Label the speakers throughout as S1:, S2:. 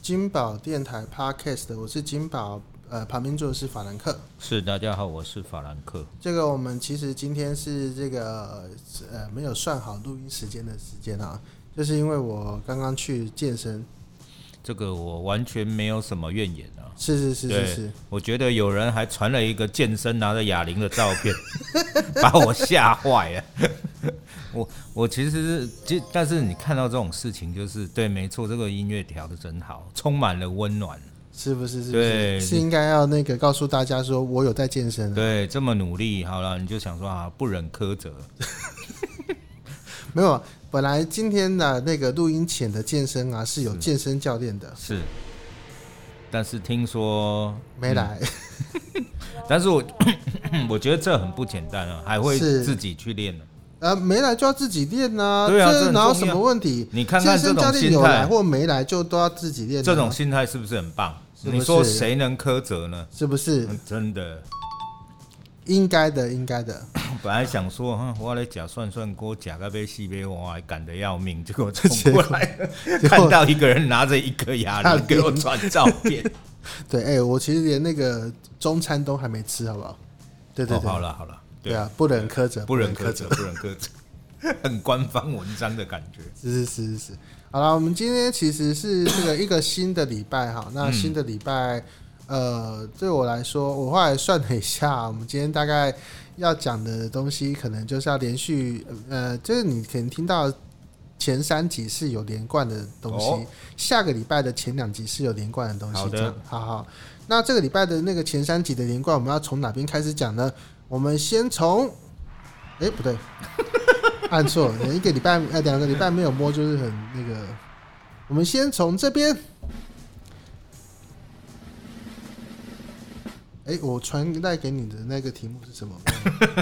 S1: 金宝电台 Podcast，我是金宝，呃，旁边坐的是法兰克。
S2: 是，大家好，我是法兰克。
S1: 这个我们其实今天是这个呃没有算好录音时间的时间啊，就是因为我刚刚去健身，
S2: 这个我完全没有什么怨言啊。
S1: 是是是是
S2: 对
S1: 是，
S2: 我觉得有人还传了一个健身拿着哑铃的照片， 把我吓坏了。 我我其实是，其但是你看到这种事情，就是对，没错，这个音乐调的真好，充满了温暖。
S1: 是不是？是不是？
S2: 对
S1: 是应该要那个告诉大家说我有在健身、啊，
S2: 对，这么努力，好了，你就想说啊，不忍苛责。
S1: 没有。本来今天的那个录音前的健身啊是有健身教练的，
S2: 是，但是听说，
S1: 没来，
S2: 但是我 我觉得这很不简单啊，还会
S1: 是
S2: 自己去练呢。啊
S1: 呃，没来就要自己练呐、
S2: 对啊这
S1: 这
S2: 很
S1: 哪有
S2: 重
S1: 什么
S2: 要
S1: 问题？
S2: 你看看
S1: 健
S2: 这
S1: 身教
S2: 种
S1: 练
S2: 心
S1: 有来
S2: 态，
S1: 或没来就都要自己练啊、
S2: 这种心态是不是很棒？
S1: 是不是
S2: 你说谁能苛责呢？
S1: 是不是
S2: 嗯真的，
S1: 应该的？应该的。
S2: 本来想说，哼我来假涮涮锅，假个杯细杯，我还赶得要命，结果冲过来了，
S1: 结果
S2: 看到一个人拿着一颗
S1: 哑
S2: 哑
S1: 铃
S2: 铃给我传照片。
S1: 对，哎、我其实连那个中餐都还没吃，好不好？ 对对
S2: 哦
S1: 对，
S2: 好了好了，
S1: 对啊，不忍苛责，
S2: 不忍苛
S1: 责。
S2: 责，不忍苛责， 很官方文章的感觉。
S1: 是是是是是。好了，我们今天其实是这个一个新的礼拜哈，
S2: 嗯
S1: 那新的礼拜，呃，对我来说，我后来算了一下，我们今天大概要讲的东西，可能就是要连续，呃，就是你可能听到。前三集是有连贯的东西，
S2: 哦
S1: 下个礼拜的前两集是有连贯的东西
S2: 好。的
S1: 这样，好好。那这个礼拜的那个前三集的连贯，我们要从哪边开始讲呢？我们先从，哎、不对， 按错了，一个礼拜呃两个礼拜没有摸，就是很那个。我们先从这边，哎、我传带给你的那个题目是什么？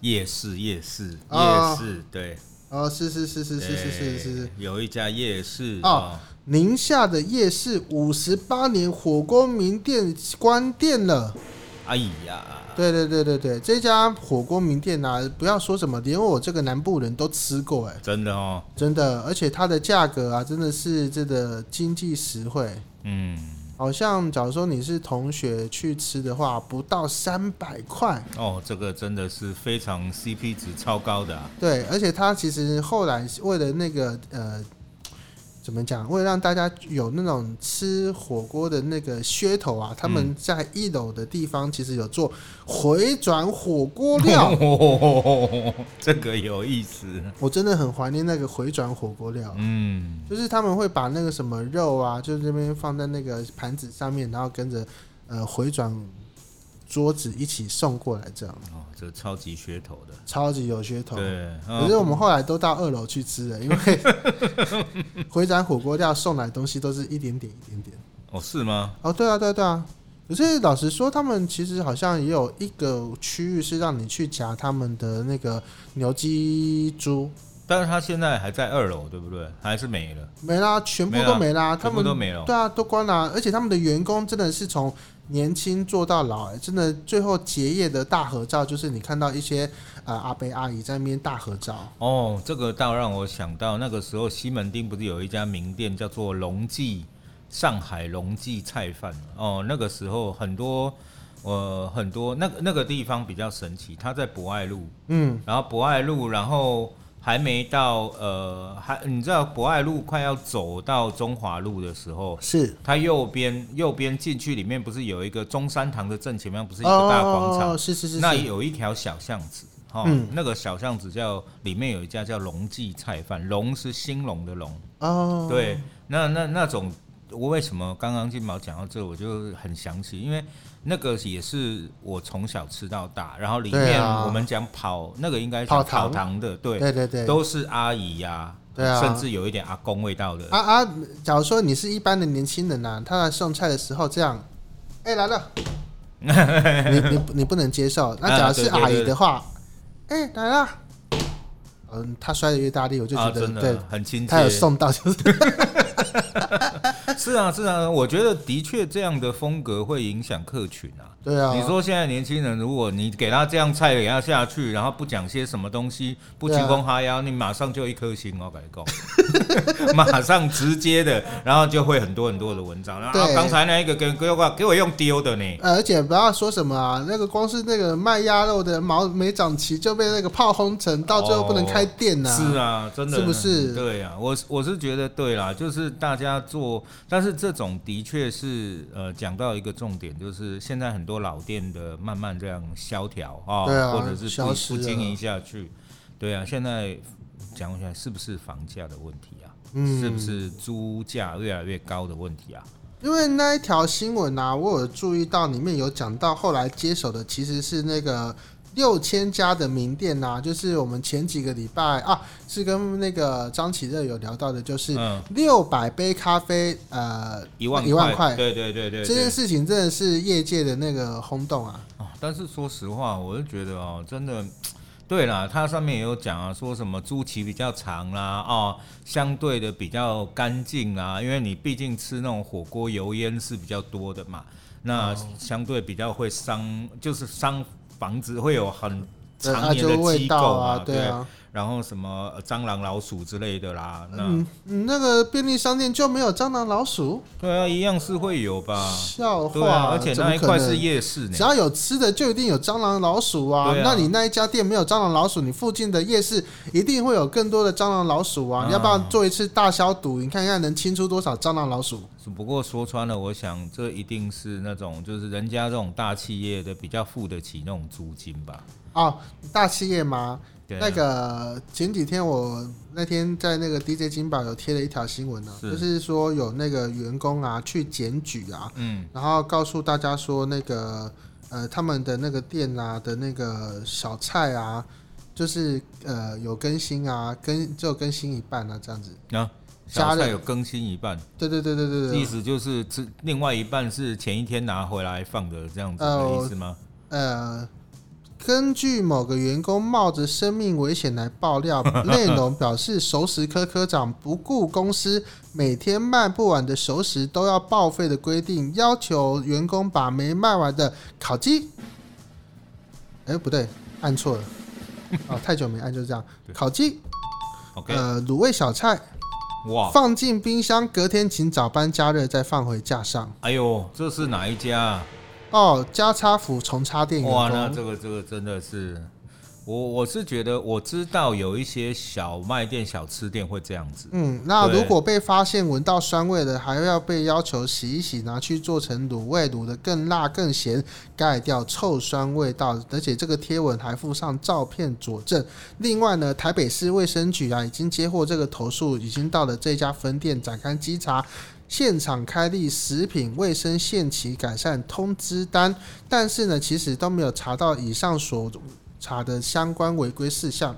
S2: 夜市，夜市，夜
S1: 哦
S2: 市，对，
S1: 哦，是是是是是是是是是
S2: 对，有一家夜市
S1: 哦
S2: 哦，
S1: 宁夏的夜市五十八年火锅名店关店了。
S2: 哎呀，
S1: 对对对对对，这家火锅名店啊，不要说什么，连我这个南部人都吃过哎、
S2: 真的哦，
S1: 真的，而且它的价格啊，真的是这个经济实惠。
S2: 嗯。
S1: 好像假如说你是同学去吃的话，不到三百块。
S2: 哦，这个真的是非常 CP 值超高的、啊，
S1: 对，而且它其实后来是为了那个呃，怎么讲？为了让大家有那种吃火锅的那个噱头啊，他们在一楼的地方其实有做回转火锅料。
S2: 这个有意思。
S1: 我真的很怀念那个回转火锅料，
S2: 嗯，
S1: 就是他们会把那个什么肉啊，就这边放在那个盘子上面，然后跟着呃回转桌子一起送过来，这样
S2: 哦，这超级噱头的，
S1: 超级有噱头。
S2: 对，
S1: 可
S2: 嗯
S1: 是我们后来都到二楼去吃了，因为 回转火锅料送来的东西都是一点点一点点。
S2: 哦是吗？
S1: 哦，对啊，对啊，对啊。可是老实说，他们其实好像也有一个区域是让你去夹他们的那个牛鸡猪，
S2: 但是他现在还在二楼，对不对？还是没了，
S1: 没啦，全部
S2: 没
S1: 都
S2: 啦
S1: 没啦，他
S2: 全部
S1: 们
S2: 都没了。
S1: 对啊，都关啦。而且他们的员工真的是从年轻做到老、哎真的最后结业的大合照，就是你看到一些呃阿伯阿姨在那边大合照。
S2: 哦，这个倒让我想到那个时候西门町不是有一家名店叫做龙记上海龙记菜饭吗哦，那个时候很多呃很多那个那个地方比较神奇，它在博爱路，
S1: 嗯，
S2: 然后博爱路，然后还没到呃，还你知道博爱路快要走到中华路的时候，
S1: 是。
S2: 它右边右边进去里面不是有一个中山堂的正前面不是一个大广场，
S1: 哦、是是是是，
S2: 那有一条小巷子。哦
S1: 嗯
S2: 那个小巷子叫里面有一家叫龙记菜饭，龙是兴隆的龙，
S1: 哦，
S2: 对，那那那种，我为什么刚刚金毛讲到这，我就很想起，因为那个也是我从小吃到大，然后里
S1: 对
S2: 面
S1: 啊
S2: 我们讲跑那个应该是
S1: 跑
S2: 跑
S1: 堂
S2: 堂的，对，
S1: 对对对。
S2: 都是阿姨呀、
S1: 对啊
S2: 甚至有一点阿公味道的，
S1: 啊啊，假如说你是一般的年轻人呐、啊，他来送菜的时候这样，哎、来 了，你你你不能接受。那假如是
S2: 啊对对
S1: 阿姨的话，哎、来了，嗯，他摔的越大力，我就觉
S2: 啊，
S1: 得、
S2: 真的
S1: 对，
S2: 很亲
S1: 他有
S2: 切。
S1: 送到就是
S2: 是啊，是啊，我觉得的确这样的风格会影响客群啊。
S1: 对啊，
S2: 你说现在年轻人，如果你给他这样菜给他下去，然后不讲些什么东西，不
S1: 对啊
S2: 清风哈腰，你马上就一颗星，我 跟你讲，马上直接的，然后就会很多很多的文章。然后
S1: 对
S2: 啊刚才那一个给给我给我用丢的呢，
S1: 呃而且不要说什么啊，那个光是那个卖鸭肉的毛没长齐就被那个炮轰成，到最后不能开店呐、
S2: 是啊，真的
S1: 是不是
S2: 对啊，我是我是觉得对啦，就是大家做，但是这种的确是呃，讲到一个重点，就是现在很多老店的慢慢这样萧条啊，
S1: 对啊
S2: 或者是
S1: 消
S2: 不
S1: 失
S2: 不经
S1: 了
S2: 营下去，对啊，现在讲起来是不是房价的问题啊？
S1: 嗯
S2: 是不是租价越来越高的问题啊？
S1: 因为那一条新闻啊，我有注意到里面有讲到，后来接手的其实是那个六千家的名店呐、就是我们前几个礼拜啊，是跟那个张启乐有聊到的，就是
S2: 嗯，
S1: 六百杯咖啡，呃，
S2: 一万
S1: 一万块
S2: 对对对对
S1: 这
S2: 对，
S1: 件事情真的是业界的那个轰动啊。
S2: 哦，但是说实话，我是觉得哦，真的，对啦，它上面也有讲啊，说什么租期比较长啦，哦，相对的比较干净啦，因为你毕竟吃那种火锅油烟是比较多的嘛，那
S1: 哦
S2: 相对比较会伤，就是伤房子会有很
S1: 对
S2: 常
S1: 啊，
S2: 年
S1: 就
S2: 的
S1: 味
S2: 机
S1: 道
S2: 构
S1: 啊，
S2: 对
S1: 对。啊，
S2: 然后什么呃蟑螂、老鼠之类的啦，那、
S1: 嗯，嗯那个便利商店就没有蟑螂、老鼠，
S2: 对啊，一样是会有吧？
S1: 笑
S2: 对啊，
S1: 话，
S2: 而且
S1: 怎么
S2: 那一块
S1: 可能
S2: 是夜市呢
S1: 只。要有吃的，就一定有蟑螂、老鼠啊。
S2: 对啊
S1: 那你那一家店没有蟑螂、老鼠，你附近的夜市一定会有更多的蟑螂、老鼠啊。
S2: 嗯
S1: 你要不要做一次大消毒？你看看能清出多少蟑螂、老鼠？
S2: 只不过说穿了，我想这一定是那种就是人家这种大企业的比较付得起那种租金吧。
S1: 哦，大企业吗？
S2: 对啊
S1: 那个前几天我那天在那个 DJ 金宝有贴了一条新闻呢、啊
S2: 是
S1: 就是说有那个员工啊去检举啊，
S2: 嗯，
S1: 然后告诉大家说那个呃他们的那个店啊的那个小菜啊，就是呃有更新啊，更只有更新一半啊这样子。
S2: 那、
S1: 加
S2: 小
S1: 热
S2: 菜有更新一半，
S1: 对对对对对对，
S2: 意思就是这另外一半是前一天拿回来放的这样子
S1: 呃
S2: 的
S1: 我
S2: 意思吗？
S1: 呃。根据某个员工冒着生命危险来爆 料，内容表示熟食科科长不顾公司每天卖不完的熟食都要报废的规定，要求员工把没卖完的烤鸡，哎、不对，按 错了，哦，太久没按就这样，烤鸡，
S2: OK，、
S1: 呃，卤味小菜
S2: 哇，
S1: 放进冰箱，隔天请早班加热再放回架上。
S2: 哎呦，这是哪一家、啊？
S1: 哦，加插辅重插电员
S2: 哇，那
S1: 工。
S2: 这个这个真的是，我我是觉得我知道有一些小卖店、小吃店会这样子。
S1: 嗯，那
S2: 对
S1: 如果被发现闻到酸味的，还要被要求洗一洗，拿去做成卤味，卤的更辣更咸，盖掉臭酸味道。而且这个贴文还附上照片佐证。另外呢，台北市卫生局啊已经接获这个投诉，已经到了这家分店展开稽查。现场开立食品卫生限期改善通知单，但是呢，其实都没有查到以上所查的相关违规事项。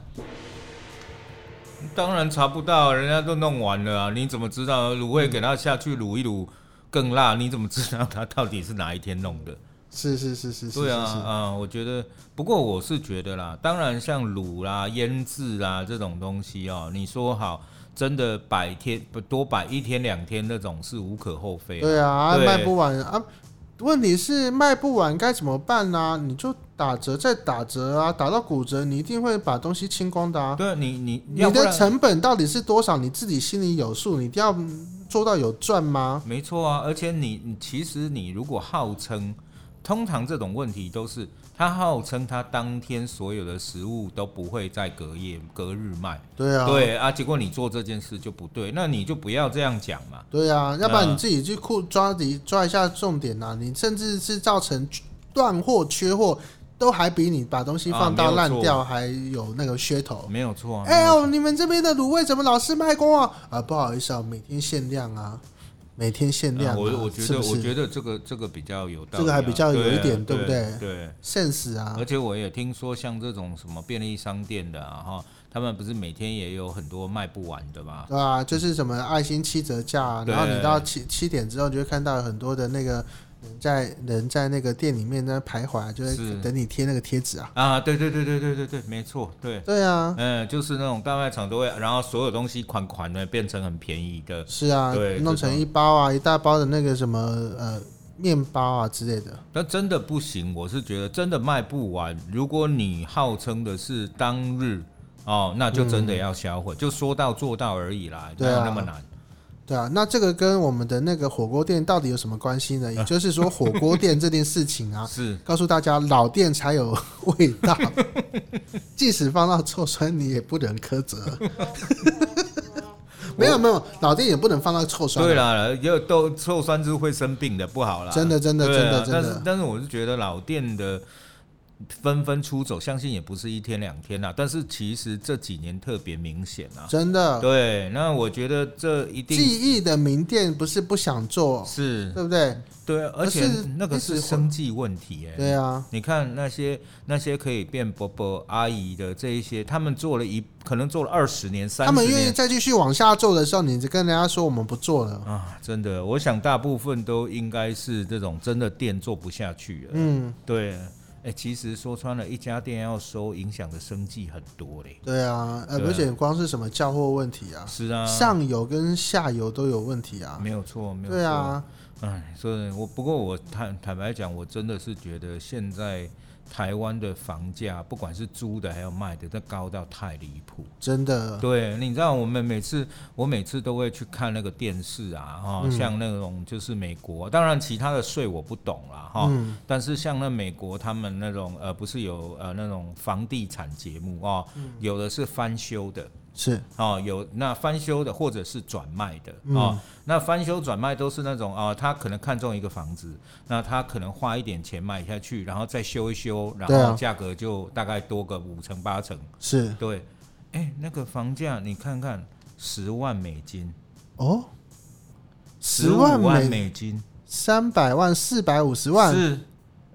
S2: 当然查不到，人家都弄完了啊！你怎么知道卤味给它下去卤一卤更辣？你怎么知道它到底是哪一天弄的？
S1: 是是是 是是，
S2: 对啊，
S1: 是是
S2: 啊、我觉得，不过我是觉得啦，当然像卤啦、腌制啦这种东西哦、你说好，真的摆天不多摆一天两天那种是无可厚非、啊。
S1: 对啊，啊
S2: 对
S1: 卖不完啊。问题是卖不完该怎么办呢、你就打折再打折啊，打到骨折，你一定会把东西清光的啊。
S2: 对啊，你你
S1: 你
S2: 要不
S1: 的
S2: 然
S1: 成本到底是多少？你自己心里有数，你一定要做到有赚吗？
S2: 没错啊，而且你你其实你如果号称，通常这种问题都是他号称他当天所有的食物都不会在隔夜隔日卖，
S1: 对啊，
S2: 对啊，结果你做这件事就不对，那你就不要这样讲嘛。
S1: 对啊，要不然你自己去库抓底抓一下重点呐、你甚至是造成断货、缺货，都还比你把东西
S2: 啊
S1: 放到
S2: 没有
S1: 烂
S2: 错
S1: 掉还有那个噱头。
S2: 没有错、啊，
S1: 哎呦，你们这边的卤味怎么老是卖光啊？啊，不好意思啊，每天限量啊，每天限
S2: 没有
S1: 量、啊
S2: 错我我觉
S1: 是
S2: 得
S1: 不是
S2: 我觉得这个这个比较有道理啊、
S1: 这个还比较有一点对
S2: 对啊
S1: 不
S2: 对
S1: 对？
S2: 对。
S1: 现实啊
S2: 而，且我也听说，像这种什么便利商店的啊，哈，他们不是每天也有很多卖不完的嘛？
S1: 对吧、就是什么爱心七折价啊、
S2: 对
S1: 然后你到七七点之后，你就会看到很多的那个人在人在那个店里面在徘徊，啊就会
S2: 是
S1: 等你贴那个贴纸啊。
S2: 啊，对对对对对对对，没错，对，
S1: 对啊，
S2: 嗯，就是那种大卖场都会，然后所有东西款款的变成很便宜的，
S1: 是啊
S2: 对，
S1: 弄
S2: 这
S1: 成
S2: 种
S1: 一包啊，一大包的那个什么呃面包啊之类的。
S2: 那真的不行，我是觉得真的卖不完。如果你号称的是当日哦，那就真的要销毁，就说到做到而已啦，
S1: 嗯对
S2: 哪
S1: 啊
S2: 有那么难？
S1: 对啊，那这个跟我们的那个火锅店到底有什么关系呢？也就是说，火锅店这件事情 啊，
S2: 是
S1: 告诉大家，老店才有 味道，即使放到臭酸，你也不能苛责。 没有没有，老店也不能放到臭酸。
S2: 对，啦，又都臭酸汁会生病的，不好啦。
S1: 真的真的
S2: 对
S1: 真
S2: 啊
S1: 的真的
S2: 但是但是我是觉得老店的纷纷出走，相信也不是一天两天啦。但是其实这几年特别明显啊。
S1: 真的，
S2: 对，那我觉得这一定
S1: 记忆的名店不是不想做，
S2: 是
S1: 对不对？
S2: 对，啊而且
S1: 而是
S2: 那个
S1: 一直
S2: 是
S1: 会
S2: 生计问题哎、
S1: 对啊，
S2: 你看那些那些可以变伯伯阿姨的这一些，他们做了一可能做了二十年、三
S1: 他
S2: 十
S1: 们愿意
S2: 年
S1: 再继续往下做的时候，你就跟人家说我们不做了。
S2: 啊，真的，我想大部分都应该是这种真的店做不下去了。
S1: 嗯，
S2: 对，哎、其实说穿了，一家店要收，影响的生计很多嘞。
S1: 对啊，呃，
S2: 对啊
S1: 而且光是什么交货问题啊，
S2: 是啊，
S1: 上游跟下游都有问题啊。
S2: 没有错，没有错。
S1: 对啊，
S2: 哎，所以我不过我坦坦白讲，我真的是觉得现在台湾的房价，不管是租的还有卖的，都高到太离谱。
S1: 真的，
S2: 对，你知道我们每次我每次都会去看那个电视啊，哈、像那种就是美国，当然其他的税我不懂啦，哈、
S1: 嗯
S2: 但是像那美国他们那种呃，不是有呃那种房地产节目哦，有的是翻修的。
S1: 是
S2: 哦，有那翻修的或者是转卖的
S1: 嗯
S2: 哦，那翻修转卖都是那种啊、哦他可能看中一个房子，那他可能花一点钱买下去，然后再修一修，然
S1: 对啊
S2: 后价格就大概多个五成八成。
S1: 是
S2: 对，哎，那个房价你看看，十万美金，
S1: 哦，十
S2: 15
S1: 万
S2: 万
S1: 美
S2: 美金，
S1: 三百万四百五十万，
S2: 是。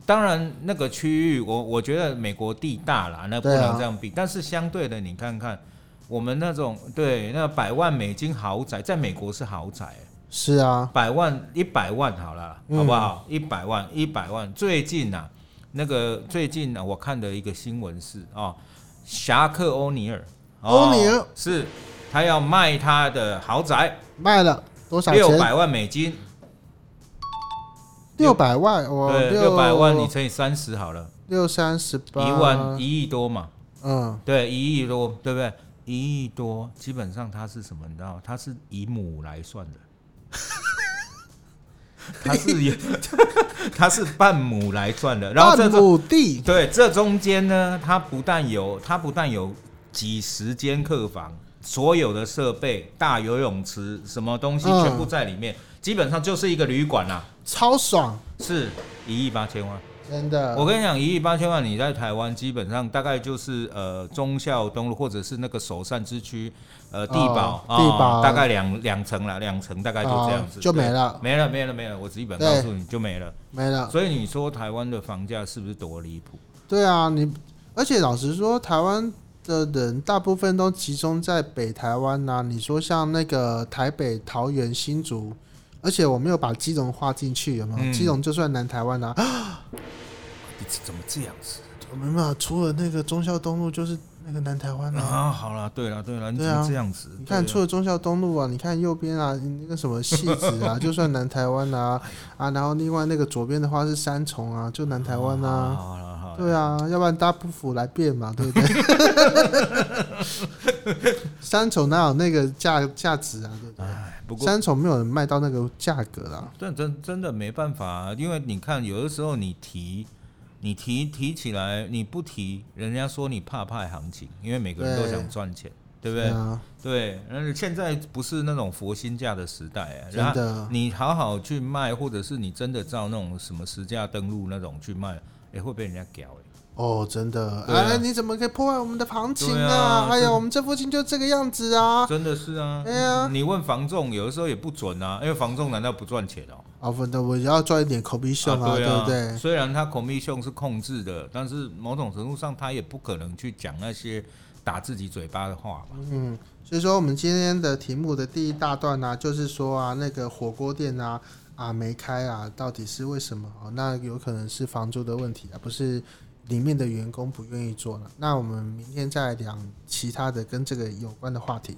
S2: 当然，那个区域我我觉得美国地大啦，那不
S1: 对啊
S2: 能这样比。但是相对的，你看看我们那种对那百万美金豪宅，在美国是豪宅，
S1: 是啊，
S2: 百万一百万好了，
S1: 嗯
S2: 好不好？一百万一百万，最近啊，那个最近呢、啊，我看的一个新闻是哦，侠客欧尼尔，哦
S1: 欧尼尔
S2: 是他要卖他的豪宅
S1: 卖了多少
S2: 六
S1: 钱？
S2: 百万美金，
S1: 六百万，我
S2: 对，
S1: 哦六
S2: 六百万你乘以三十好了，
S1: 六三十八
S2: 一万，一亿多嘛，
S1: 嗯，
S2: 对，一亿多，对不对？一亿多，基本上它是什么？你知道，它是以亩来算 的，它是以 它是半亩来算的。然后这
S1: 半
S2: 中
S1: 亩地，
S2: 对这中间呢，它不但有它不但有几十间客房，所有的设备、大游泳池、什么东西
S1: 嗯
S2: 全部在里面，基本上就是一个旅馆啦、
S1: 超爽，
S2: 是一亿八千万。
S1: 真的。
S2: 我跟你讲，一亿八千万，你在台湾基本上大概就是呃忠孝东路或者是那个首善之区，呃地堡、
S1: 哦地堡
S2: 大概两两层啦，两层大概就这样子，
S1: 哦就
S2: 对
S1: 没了
S2: 没了，没了，没了。我基本
S1: 对
S2: 告诉你就没了。
S1: 没了。
S2: 所以你说台湾的房价是不是多离谱？
S1: 对啊，你而且老实说，台湾的人大部分都集中在北台湾呐、你说像那个台北、桃园、新竹，而且我没有把基隆划进去，有没有？
S2: 嗯
S1: 基隆就算南台湾呐、啊，
S2: 你怎么这样子
S1: 没办法，除了那个忠孝东路就是那个南台湾呐、
S2: 啊？好了，对了，对了，你怎
S1: 对
S2: 么
S1: 啊
S2: 这样子？
S1: 你看，
S2: 对啊
S1: 除了忠孝东路啊，你看右边啊，你那个什么戏子 啊，就算南台湾啊，啊，然后另外那个左边的话是三重啊，就南台湾啊。
S2: 好了好了，
S1: 对啊，要不然大不服来辩嘛，对不 对？三重哪有那个价价值啊？对不对？
S2: 哎，不过
S1: 三重没有人卖到那个价格啦。
S2: 但真真的没办法、啊，因为你看，有的时候你提，你提提起来，你不提，人家说你怕派行情，因为每个人都想赚钱，对不对？
S1: 啊，
S2: 对，但是现在不是那种佛心价的时代、啊，
S1: 真
S2: 然后
S1: 的
S2: 你好好去卖，或者是你真的照那种什么实价登录那种去卖，也、会被人家屌、欸。
S1: 哦，真的。
S2: 对啊
S1: 哎，你怎么可以破坏我们的行情
S2: 对啊
S1: 啊？哎
S2: 真
S1: 呀，
S2: 的
S1: 我们这附近就这个样子啊。
S2: 真的是啊，
S1: 哎呀
S2: 你问房仲，有的时候也不准啊，因为房仲难道不赚钱哦、
S1: 啊，不，那我要赚一点口碑秀
S2: 啊对
S1: 对不对？
S2: 虽然它 commission 是控制的，但是某种程度上，它也不可能去讲那些打自己嘴巴的话嘛。
S1: 嗯，所以说我们今天的题目的第一大段呢、就是说啊，那个火锅店啊，啊没开啊，到底是为什么？哦，那有可能是房租的问题啊，不是里面的员工不愿意做了。那我们明天再聊其他的跟这个有关的话题。